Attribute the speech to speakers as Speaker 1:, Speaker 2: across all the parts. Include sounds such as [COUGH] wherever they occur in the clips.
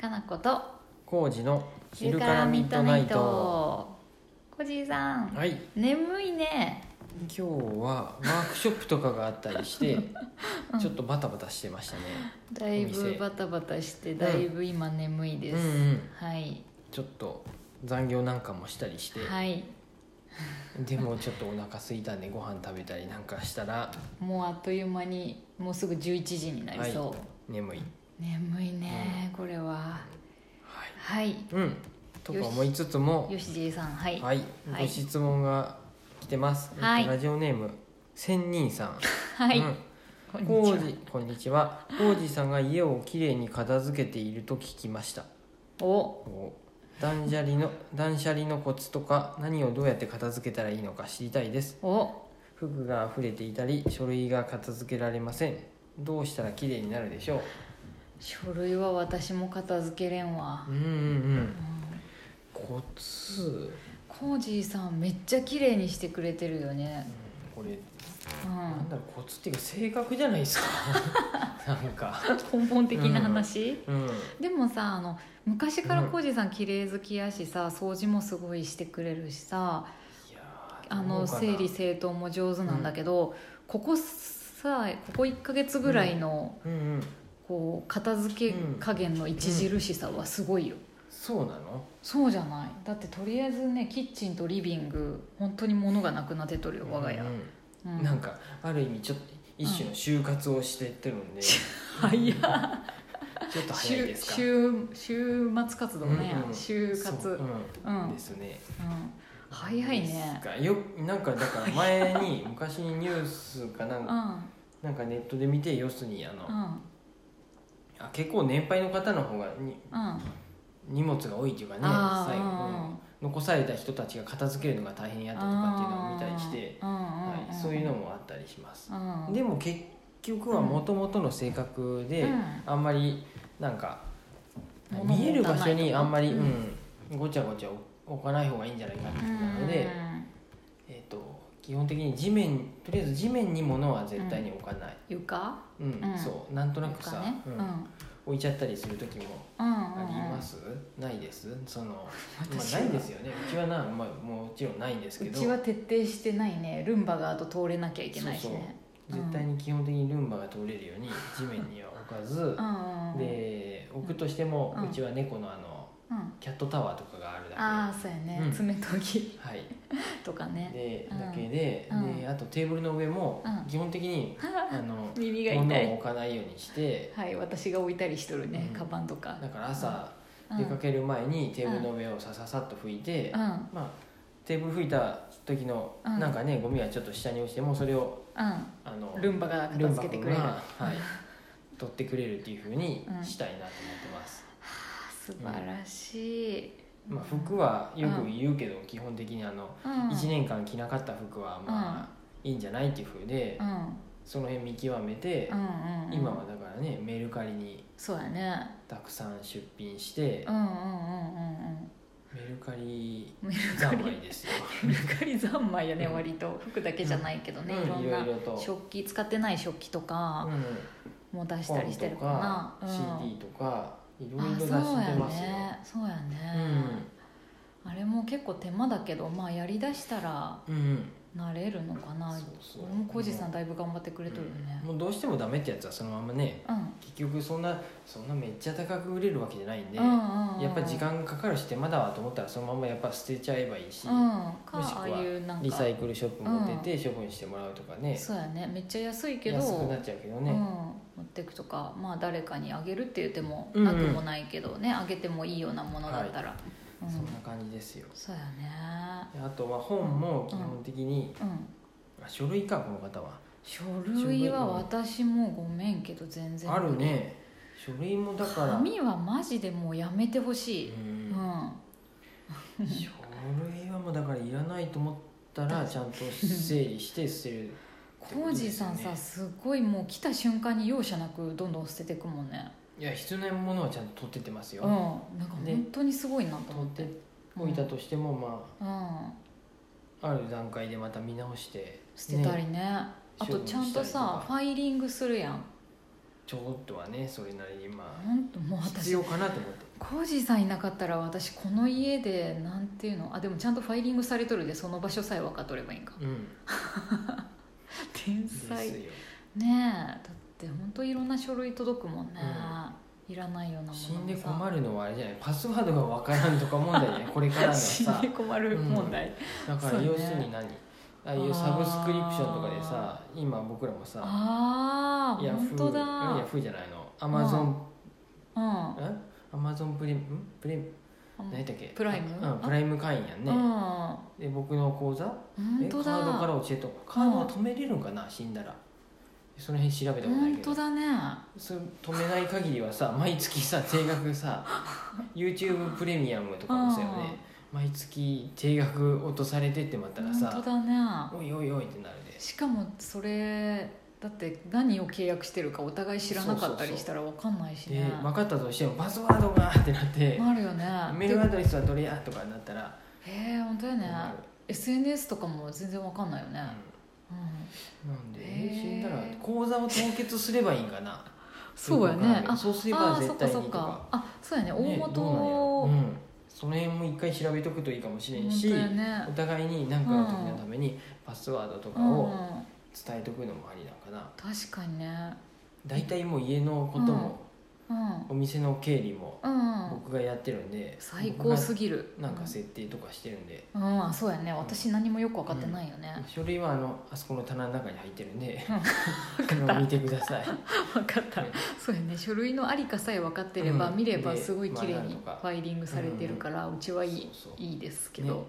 Speaker 1: かなこと
Speaker 2: 工事の
Speaker 1: ゆる
Speaker 2: 昼
Speaker 1: か
Speaker 2: からら
Speaker 1: ミ
Speaker 2: ミ
Speaker 1: ッ
Speaker 2: ッ
Speaker 1: ド
Speaker 2: ド
Speaker 1: ナ
Speaker 2: ナ
Speaker 1: イ
Speaker 2: イ
Speaker 1: ト
Speaker 2: ト。
Speaker 1: コジーさん
Speaker 2: はい、
Speaker 1: 眠いね
Speaker 2: 今日はワークショップとかがあった
Speaker 1: [LAUGHS]
Speaker 2: りして、ちょっとバタバタしてましたね。
Speaker 1: だい
Speaker 2: お
Speaker 1: ぶ
Speaker 2: 店
Speaker 1: バタバタして
Speaker 2: ん
Speaker 1: だいぶ今眠いで
Speaker 2: うん
Speaker 1: す、
Speaker 2: うん、
Speaker 1: はい
Speaker 2: ちょっと残業なんかもしたりして、
Speaker 1: はい
Speaker 2: でもちょっとお腹空いたんでご飯食べたりなんかしたら
Speaker 1: もうあっという間にもうすぐ11時になりそう、
Speaker 2: 眠い。
Speaker 1: 眠いね、これは
Speaker 2: はい。
Speaker 1: はい
Speaker 2: うん。とか思いつつも、
Speaker 1: よしじいさんはい、
Speaker 2: はい、
Speaker 1: はい
Speaker 2: ご質問が来てます。
Speaker 1: はい
Speaker 2: えっとラジオネーム千人さん。
Speaker 1: はい、
Speaker 2: うん
Speaker 1: こんに
Speaker 2: 浩
Speaker 1: ちは
Speaker 2: 二こんにちは浩二さんが家をきれいに片付けていると聞きました
Speaker 1: お
Speaker 2: お断捨離の断捨離のコツとか何をどうやって片付けたらいいのか知りたいです
Speaker 1: お
Speaker 2: 服が溢れていたり書類が片付けられませんどうしたらきれいになるでしょ
Speaker 1: 書類は私も片付けれんわ
Speaker 2: ううんうんうん
Speaker 1: うん
Speaker 2: コツ、
Speaker 1: コージーさんめっちゃ綺麗にしてくれてるよね
Speaker 2: うん、これ、
Speaker 1: う
Speaker 2: なん
Speaker 1: ん
Speaker 2: だろうコツっていうか性格じゃないですか [LAUGHS] なんか
Speaker 1: 根本的な話、
Speaker 2: うん
Speaker 1: でもさあの昔からコージーさん綺麗好きやしさ掃除もすごいしてくれるしさ
Speaker 2: いやー
Speaker 1: あ
Speaker 2: ど
Speaker 1: の
Speaker 2: うかな
Speaker 1: 整理整頓も上手なんだけど、ここさここ1ヶ月ぐらいの、
Speaker 2: うんうん
Speaker 1: こう片付け加減の著しさはすごいよ、
Speaker 2: そうなの
Speaker 1: そうじゃないだってとりあえずねキッチンとリビング本当に物がなくなってとるよ我が家、
Speaker 2: う
Speaker 1: うん
Speaker 2: うん
Speaker 1: ん
Speaker 2: なんかある意味ちょっと一種の就活をしてってるんで、
Speaker 1: [LAUGHS] 早い
Speaker 2: ちょっと早い
Speaker 1: 週
Speaker 2: ですか
Speaker 1: 週週末活動ね、
Speaker 2: うんうん
Speaker 1: 就
Speaker 2: そう
Speaker 1: 活
Speaker 2: う
Speaker 1: うんん
Speaker 2: ですね
Speaker 1: うん早いね
Speaker 2: ですかよなんかだから前に昔にニュースかなん
Speaker 1: うん
Speaker 2: かなんかネットで見て要するにあの、
Speaker 1: うん
Speaker 2: あ結構年配の方の方がに
Speaker 1: うん
Speaker 2: 荷物が多いっていうかね
Speaker 1: あー
Speaker 2: 最後
Speaker 1: うん
Speaker 2: うん残された人たちが片付けるのが大変やったとかっていうのを見たりして、
Speaker 1: うんうん
Speaker 2: はい、そういうのもあったりします、
Speaker 1: うんうん
Speaker 2: でも結局は元々の性格で、
Speaker 1: うん
Speaker 2: あんまりなんか
Speaker 1: 物持たない
Speaker 2: 見える場所にあんまり、
Speaker 1: う
Speaker 2: うんんごちゃごちゃ置かない方がいいんじゃないかっていうので、
Speaker 1: うん
Speaker 2: えー、と基本的に地面とりあえず地面に物は絶対に置かない、
Speaker 1: 床
Speaker 2: うん
Speaker 1: うん
Speaker 2: そうなんとなく
Speaker 1: 床
Speaker 2: さ、
Speaker 1: ね
Speaker 2: う
Speaker 1: うんんうん
Speaker 2: 置いちゃったりする時も
Speaker 1: うん
Speaker 2: あります、ないですその、
Speaker 1: [LAUGHS]
Speaker 2: まあ、ないですよねうちはな、まあ、もちろんないんです
Speaker 1: う
Speaker 2: けど
Speaker 1: ちは徹底してないねルンバがあと通れなきゃいけないしね
Speaker 2: 絶対に基本的にルンバが通れるように地面には置かず
Speaker 1: う、んうん
Speaker 2: で置くとしても、
Speaker 1: う
Speaker 2: うんちは猫のあの
Speaker 1: うん
Speaker 2: キャットタワーとかがあるだけで
Speaker 1: ああそうやね
Speaker 2: うん
Speaker 1: 爪研ぎ
Speaker 2: はい、
Speaker 1: とかね
Speaker 2: で、
Speaker 1: うん
Speaker 2: だけで,、
Speaker 1: うん
Speaker 2: であとテーブルの上も
Speaker 1: うん
Speaker 2: 基本的に、あの
Speaker 1: [LAUGHS] 耳が
Speaker 2: 物
Speaker 1: 痛
Speaker 2: を
Speaker 1: い
Speaker 2: 置かないようにして
Speaker 1: はい私が置いたりしとるね
Speaker 2: うん
Speaker 1: カバンとか
Speaker 2: だから朝
Speaker 1: うん
Speaker 2: 出かける前にテーブルの上をさささっと拭いて、
Speaker 1: うんうん
Speaker 2: まあ、テーブル拭いた時の
Speaker 1: うん
Speaker 2: なんかねゴミはちょっと下に落ちてもそれをあの
Speaker 1: ルンバが片付けてくれる
Speaker 2: ルンバ君がはい、取ってくれるっていうふうにしたいなと思ってます、
Speaker 1: [LAUGHS] 素晴らしい、
Speaker 2: まあ、服はよく言うけど、基本的にあの
Speaker 1: うん
Speaker 2: 1年間着なかった服はまあいいんじゃないっていうふうで、
Speaker 1: うん
Speaker 2: その辺見極めて
Speaker 1: う、んうん
Speaker 2: 今はだからねメルカリに
Speaker 1: そうやね
Speaker 2: たくさん出品して、
Speaker 1: うんうんうんうん
Speaker 2: メルカリ
Speaker 1: うんメルカ
Speaker 2: 三
Speaker 1: リ
Speaker 2: 昧ですよ、
Speaker 1: メルカリ三昧やね
Speaker 2: うん
Speaker 1: 割と服だけじゃないけどね、
Speaker 2: うん
Speaker 1: いろんない
Speaker 2: ろいろと
Speaker 1: 食器使ってない食器とか
Speaker 2: う
Speaker 1: も出
Speaker 2: ん、
Speaker 1: したりしてるかな、
Speaker 2: 本とか CD とかいろ
Speaker 1: う
Speaker 2: いろ
Speaker 1: ん、
Speaker 2: 出して
Speaker 1: あそうや
Speaker 2: ますよ、
Speaker 1: ねそうやね、あれも結構手間だけどまあやりだしたら
Speaker 2: うん、うん
Speaker 1: 慣れるのかな
Speaker 2: そうそう
Speaker 1: 俺もコージさんだいぶ頑張ってくれとるよね
Speaker 2: もうどうしてもダメってやつはそのままね
Speaker 1: うん、
Speaker 2: 結局そんなそんなめっちゃ高く売れるわけじゃないんで、
Speaker 1: うんうんうん
Speaker 2: やっぱ時間かかるし手間だわと思ったらそのままやっぱ捨てちゃえばいいし、
Speaker 1: うん
Speaker 2: もしく
Speaker 1: か
Speaker 2: は
Speaker 1: ああいうなんか
Speaker 2: リサイクルショップ持ってて処分してもらうとかね、
Speaker 1: そうやねめっちゃ安いけど
Speaker 2: 安くなっちゃうけど
Speaker 1: うん、
Speaker 2: ね、
Speaker 1: 持ってくとかまあ誰かにあげるっていう手も
Speaker 2: うんう
Speaker 1: なんくもないけどね、あげてもいいようなものだったら、うん、
Speaker 2: そんな感じですよ
Speaker 1: そうやね
Speaker 2: であとは本も基本的に、
Speaker 1: うん
Speaker 2: あ書類かこの方は
Speaker 1: 書類は私もごめんけど全然
Speaker 2: あるね書類もだから
Speaker 1: 紙はマジでもうやめてほしい、
Speaker 2: うん
Speaker 1: うん
Speaker 2: 書類はもうだからいらないと思ったらちゃんと整理して捨てるってこ
Speaker 1: コ
Speaker 2: と
Speaker 1: ー
Speaker 2: です
Speaker 1: ジ
Speaker 2: よね
Speaker 1: ーさんさすごいもう来た瞬間に容赦なくどんどん捨てていくもんね
Speaker 2: いや必要なものはちゃんと取ってってます
Speaker 1: うん
Speaker 2: よ、
Speaker 1: なんか本当にすごいなと思っ
Speaker 2: 取ってておいたとしても、ま
Speaker 1: うん
Speaker 2: あある段階でまた見直して
Speaker 1: 捨てたりねあとちゃんとさ
Speaker 2: 処
Speaker 1: ファイリングするやん
Speaker 2: ちょこっとはねそれなりにまあ
Speaker 1: 本当もう
Speaker 2: 必
Speaker 1: 私
Speaker 2: 要かなと思って
Speaker 1: コージーさんいなかったら私この家でなんていうのあでもちゃんとファイリングされとるでその場所さえ分かっとればいいんか
Speaker 2: うん
Speaker 1: 天
Speaker 2: です
Speaker 1: 才
Speaker 2: よ
Speaker 1: ねえだって本当いろんな書類届くもんね、いらないようなものもさ
Speaker 2: 死んで困るのはあれじゃないパスワードがわからんとか問題
Speaker 1: [LAUGHS]
Speaker 2: ねこれからの
Speaker 1: 死
Speaker 2: さ
Speaker 1: んで困る問題、
Speaker 2: だか
Speaker 1: そう
Speaker 2: ら
Speaker 1: ね
Speaker 2: 要するに何、ああいうサブスクリプションとかでさ今僕らもさ
Speaker 1: ああ
Speaker 2: ヤ
Speaker 1: 本
Speaker 2: フ
Speaker 1: 当
Speaker 2: ーヤ
Speaker 1: だ
Speaker 2: フーじゃないのアマゾン
Speaker 1: うん
Speaker 2: アマゾンプレミんプレミ
Speaker 1: うん
Speaker 2: 何だっけ
Speaker 1: プライム
Speaker 2: うんプライム会員やん
Speaker 1: うん
Speaker 2: ねで僕の口座
Speaker 1: 本
Speaker 2: えカ
Speaker 1: 当
Speaker 2: ード
Speaker 1: だ
Speaker 2: から落ちてとカードは止めれるんかな死んだらその辺調べたことない
Speaker 1: 本
Speaker 2: けど
Speaker 1: 当だね
Speaker 2: それ止めない限りはさ毎月さ定額さ YouTube プレミアムとかもそうよね毎月定額落とされてってまったら
Speaker 1: 本当
Speaker 2: さ
Speaker 1: だね
Speaker 2: おいおいおいってなるで
Speaker 1: しかもそれだって何を契約してるかお互い知らなかったりしたら分かんないし
Speaker 2: で
Speaker 1: ね
Speaker 2: 分かったとしてもパスワードがってなって
Speaker 1: なるよね
Speaker 2: メールアドレスはどれやとかになったら
Speaker 1: へえ本当やね
Speaker 2: なる
Speaker 1: SNS とかも全然分かんないよね
Speaker 2: うん、
Speaker 1: うん
Speaker 2: なんで
Speaker 1: へー
Speaker 2: 死んだら口座を凍結すればいいんかな
Speaker 1: そうや
Speaker 2: よくわか
Speaker 1: ね
Speaker 2: んない
Speaker 1: あ
Speaker 2: そうすれば
Speaker 1: あーそ
Speaker 2: 絶
Speaker 1: っか
Speaker 2: 対に
Speaker 1: そ
Speaker 2: と
Speaker 1: っ
Speaker 2: か
Speaker 1: かあそうやね
Speaker 2: ね
Speaker 1: 大元
Speaker 2: どうなんやろ
Speaker 1: を
Speaker 2: う、ん、その辺も一回調べとくといいかもしれん
Speaker 1: 本当
Speaker 2: し
Speaker 1: やね
Speaker 2: お互いに何かの時のためにパスワードとか
Speaker 1: うん
Speaker 2: を伝えとくのもありなのかな
Speaker 1: 確かにね
Speaker 2: 大体もう家のことも
Speaker 1: うん
Speaker 2: お店の経理も
Speaker 1: うん
Speaker 2: 僕がやってるんで
Speaker 1: 最高す
Speaker 2: ぎ
Speaker 1: ぎる
Speaker 2: なんか設定とかしてるんで
Speaker 1: うんあそうやね私何もよく分かってないよね
Speaker 2: 書類はあのあそこの棚の中に入ってるんで
Speaker 1: うん
Speaker 2: それを見てください
Speaker 1: 分かった
Speaker 2: うん
Speaker 1: そうやね書類のありかさえ分かってれば
Speaker 2: うん
Speaker 1: 見れば
Speaker 2: です
Speaker 1: ごい綺麗
Speaker 2: まあなん
Speaker 1: に
Speaker 2: と
Speaker 1: フ
Speaker 2: か
Speaker 1: ァイリングされてるからうちはいい
Speaker 2: そうそう
Speaker 1: いいですけど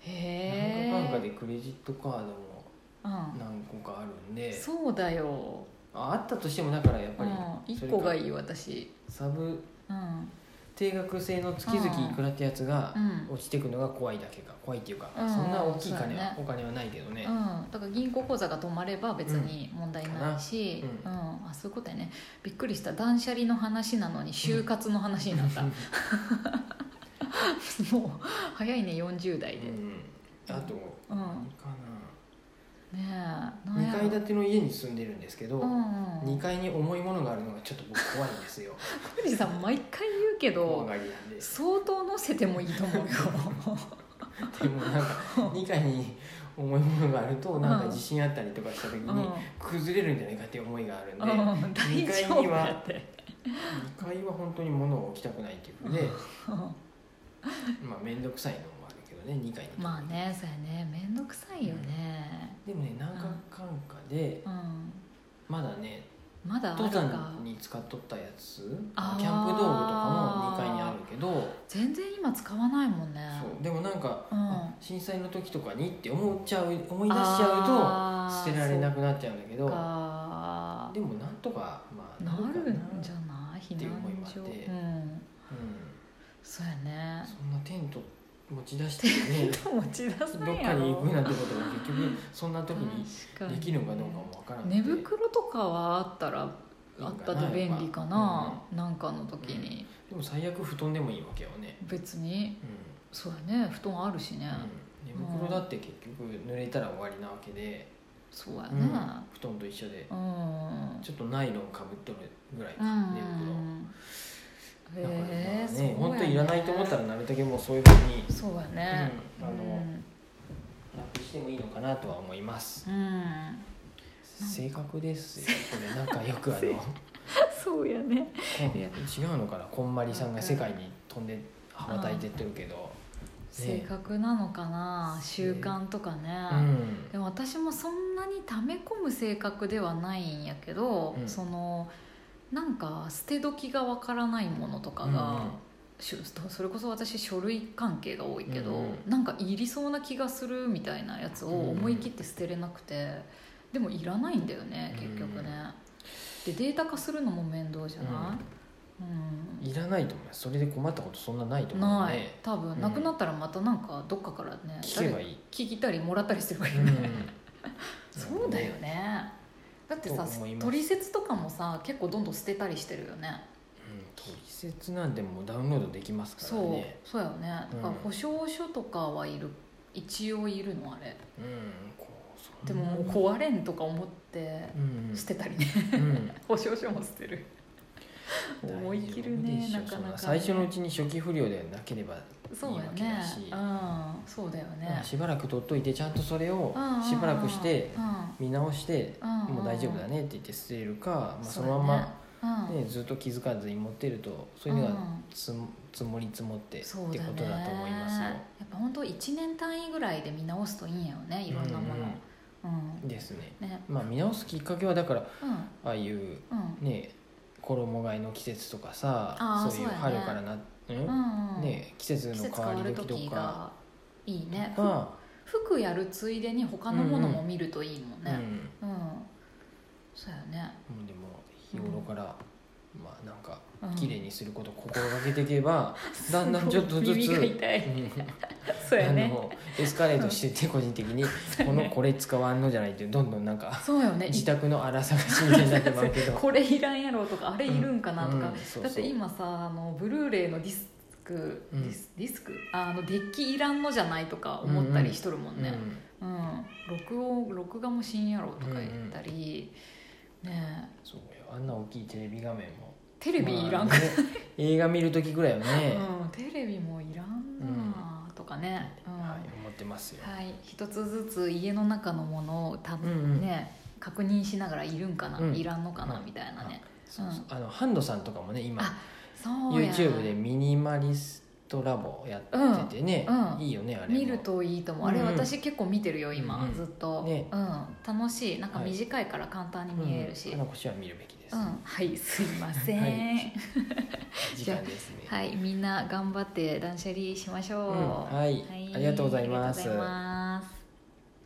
Speaker 1: へえ
Speaker 2: 何個かでクレジットカードも
Speaker 1: うん
Speaker 2: 何個かあるんで
Speaker 1: そうだよ
Speaker 2: ああったとしてもだからやっぱり
Speaker 1: 1個が
Speaker 2: い
Speaker 1: いい私
Speaker 2: サブ
Speaker 1: うん
Speaker 2: 定額制の月々いくらってやつが
Speaker 1: うん
Speaker 2: 落ちていくのが怖いだけか怖いっていうか、
Speaker 1: うん
Speaker 2: そんな大きい金は、
Speaker 1: そ
Speaker 2: お金はないけどね、
Speaker 1: うん、だから銀行口座が止まれば別に問題ないし、
Speaker 2: うん
Speaker 1: う
Speaker 2: か
Speaker 1: んあそういうことやねびっくりした断捨離の話
Speaker 2: [LAUGHS]
Speaker 1: なのに就活の話になった、もう早いね40代で、
Speaker 2: あと、
Speaker 1: うん
Speaker 2: 何か
Speaker 1: ねえ
Speaker 2: な2階建
Speaker 1: て
Speaker 2: ての家に住んでるんですけど、
Speaker 1: うんうん
Speaker 2: 2階に重いものがあるのがちょっと僕怖いんですよ
Speaker 1: 富士さん毎回言 [LAUGHS] うけ
Speaker 2: 怖
Speaker 1: ど
Speaker 2: がりなんで
Speaker 1: 相当乗せてもいいと思うよ
Speaker 2: で
Speaker 1: [LAUGHS]
Speaker 2: もなんか2階に重いものがあるとなんか地震あったりとかした時
Speaker 1: う
Speaker 2: に
Speaker 1: ん
Speaker 2: 崩れるんじゃないかっていう思いがあるんで、2
Speaker 1: うん、大丈夫やって
Speaker 2: 階は本当に物を置きたくないっていうので、
Speaker 1: うん
Speaker 2: まあ面倒くさいのもあるけどね2階に
Speaker 1: まあねそうやね面倒くさいよね、
Speaker 2: でもね何かかんかで
Speaker 1: うん、
Speaker 2: まだね
Speaker 1: まだある
Speaker 2: 登
Speaker 1: か
Speaker 2: 山に使っとったやつキャンプ道具と
Speaker 1: あー
Speaker 2: かも2階にあるけど
Speaker 1: 全然今使わないもんね
Speaker 2: そうでもなんか、
Speaker 1: うん
Speaker 2: あ震災の時とかにって思っちゃう思い出しちゃうと捨てられな
Speaker 1: く
Speaker 2: くなっちゃうんだけど
Speaker 1: か
Speaker 2: でもなんとかまあ
Speaker 1: な
Speaker 2: るか
Speaker 1: るんじゃない避
Speaker 2: っていう
Speaker 1: 難
Speaker 2: 思いもあっ
Speaker 1: 所
Speaker 2: て
Speaker 1: うん
Speaker 2: うん、
Speaker 1: そうやね
Speaker 2: そんなテント持ち出してね
Speaker 1: 持ち出さ
Speaker 2: ど
Speaker 1: な
Speaker 2: っ
Speaker 1: い
Speaker 2: か
Speaker 1: やろ
Speaker 2: に行くなんてことが結局そんな時に
Speaker 1: 確か
Speaker 2: できるのかどうかもわからない
Speaker 1: 寝袋とかはあったらあったと便利かななんかの時に
Speaker 2: でも最悪布団でもいいわけよね、
Speaker 1: 別に
Speaker 2: うん、
Speaker 1: そうやね布団あるしね
Speaker 2: うん、寝袋だって結局濡れたら終わりなわけで、
Speaker 1: そうやね
Speaker 2: うん布団と一緒で
Speaker 1: うん
Speaker 2: ちょっとナイロンかぶっとるぐらいか、寝
Speaker 1: うんへえ
Speaker 2: 袋だから
Speaker 1: そうや
Speaker 2: ね本当いらないと思ったらなるだけもうそういうふうに
Speaker 1: そうやね
Speaker 2: うんあの
Speaker 1: うん
Speaker 2: なくしてもいいのかなとは思います
Speaker 1: うん、
Speaker 2: 正確ですよこれなんかよく
Speaker 1: [LAUGHS]
Speaker 2: あの
Speaker 1: そうやね
Speaker 2: こん違うのかなこんまりさんが世界に飛んで羽ばたいてってるけど
Speaker 1: 性格なのかな習慣とかね、
Speaker 2: うん
Speaker 1: でも私もそんなに溜め込む性格ではないんやけど、
Speaker 2: うん
Speaker 1: そのなんか捨て時がわからないものとかが、しゅそれこそ私書類関係が多いけど、
Speaker 2: うん
Speaker 1: なんかいりそうな気がするみたいなやつを思い切って捨てれなくて、でもいらないんだよね結局ね、でデータ化するのも面倒じゃない、うん
Speaker 2: うんいらないと思いますそれで困ったことそんなないと思う
Speaker 1: なんい
Speaker 2: で
Speaker 1: 多分
Speaker 2: うん
Speaker 1: なくなったらまたなんかどっかからね、
Speaker 2: 聞
Speaker 1: 誰
Speaker 2: け
Speaker 1: か
Speaker 2: ば
Speaker 1: [LAUGHS]
Speaker 2: いい、
Speaker 1: 聞いたりもらったりすればいいよ
Speaker 2: うん
Speaker 1: ね、 [LAUGHS] そうだよねだってさ
Speaker 2: と思います
Speaker 1: 取説とかもさ結構どんどん捨てたりしてるよね
Speaker 2: うん、取説なんてもうダウンロードできますから
Speaker 1: そう
Speaker 2: ね
Speaker 1: そうやよねだから
Speaker 2: うん
Speaker 1: 保証書とかはいる一応いるのあれ
Speaker 2: うんこう
Speaker 1: で
Speaker 2: そん
Speaker 1: も
Speaker 2: な
Speaker 1: もう壊れんとか思って
Speaker 2: うんうん
Speaker 1: 捨てたりね [LAUGHS]
Speaker 2: うん
Speaker 1: 保証書も捨てる思い切る
Speaker 2: 大丈夫
Speaker 1: ね
Speaker 2: でしょ
Speaker 1: なか
Speaker 2: そん
Speaker 1: なかね
Speaker 2: 最初のうちに初期不良でなければ、
Speaker 1: そうだよ
Speaker 2: いいわ
Speaker 1: ね
Speaker 2: けだし
Speaker 1: うんそうだよね
Speaker 2: しばらく取っといてちゃんとそれを
Speaker 1: うんうんうん
Speaker 2: しばらくして
Speaker 1: うん
Speaker 2: 見直して
Speaker 1: うんうんうん
Speaker 2: もう大丈夫だねって言って捨てるか、まあ、
Speaker 1: そ
Speaker 2: そう
Speaker 1: だね
Speaker 2: のま
Speaker 1: うん
Speaker 2: ま、ね、ずっと気づかずに持ってるとそういうのが
Speaker 1: うん
Speaker 2: つ,、積もり積もってって
Speaker 1: そう
Speaker 2: こと
Speaker 1: だ
Speaker 2: だ
Speaker 1: ね
Speaker 2: と思いますよ
Speaker 1: や。っぱ本当1年単位ぐらいで見直すといいんやよねいろんなものうん
Speaker 2: うんですね。
Speaker 1: ね
Speaker 2: まあ、見直すきっかけはだから
Speaker 1: うん
Speaker 2: ああいう
Speaker 1: うん
Speaker 2: ね衣替えの季節とか
Speaker 1: あ
Speaker 2: さ
Speaker 1: ー
Speaker 2: そうい
Speaker 1: そう
Speaker 2: う
Speaker 1: だね
Speaker 2: 春からな、う
Speaker 1: うんんうん
Speaker 2: ね、季節
Speaker 1: 季節
Speaker 2: の変
Speaker 1: 変わ
Speaker 2: わ
Speaker 1: る
Speaker 2: り時
Speaker 1: 時
Speaker 2: とか
Speaker 1: がいいね
Speaker 2: が、
Speaker 1: 服やるついでに他のものも見るといいもん
Speaker 2: うん、
Speaker 1: ねうん、そうやね
Speaker 2: もうでも日頃から、まあなんか
Speaker 1: うん [LAUGHS]
Speaker 2: 綺麗にすることを心がけていけば、だんだんちょっとずつ
Speaker 1: 耳が痛い
Speaker 2: うん
Speaker 1: [LAUGHS] そうや
Speaker 2: あ
Speaker 1: ね
Speaker 2: のエスカレートしてって個人的にこのこれ使わんのじゃないってどんどんなんか
Speaker 1: そうよね
Speaker 2: 自宅の荒探しみたいになってまうけ
Speaker 1: [LAUGHS]
Speaker 2: ど
Speaker 1: これいらんやろとかあれいるんかなとか、
Speaker 2: うんそうそう
Speaker 1: だって今さあのブルーレイのディスクデ
Speaker 2: うん
Speaker 1: ィス,、ディスクあのデッキいらんのじゃないとか思ったりしとるもんね、うん録音録画もしんやろとか言ったり、ねえ
Speaker 2: そうよあんな大きいテレビ画面も
Speaker 1: テレビいらんか
Speaker 2: まあね映画見る時ぐらいはね、
Speaker 1: うん、テレビもいらんなあとかね、うん
Speaker 2: は
Speaker 1: はい
Speaker 2: 思ってますよ、
Speaker 1: い、一つずつ家の中のものをた、
Speaker 2: うんうん
Speaker 1: ね確認しながらいるんかな、
Speaker 2: うん
Speaker 1: いらんのかな、
Speaker 2: うん
Speaker 1: みたいなね
Speaker 2: そうそうあのハンドさんとかもね今
Speaker 1: あそうや
Speaker 2: YouTube でミニマリストラボやっててね、
Speaker 1: うんうん
Speaker 2: いいよねあれも
Speaker 1: 見るといいと思うあれ
Speaker 2: うんうん
Speaker 1: 私結構見てるよ今、
Speaker 2: うんうん
Speaker 1: ずっと、
Speaker 2: ね
Speaker 1: うん、楽しいなんか
Speaker 2: はい
Speaker 1: 短いから簡単に見えるし、う
Speaker 2: う
Speaker 1: んん
Speaker 2: 花子は見るべきです、
Speaker 1: はいすいません
Speaker 2: は
Speaker 1: はいい、
Speaker 2: 時間ですね
Speaker 1: みんな頑張って断捨離しましょう、
Speaker 2: うんはいありがとうございます
Speaker 1: ありがとうございます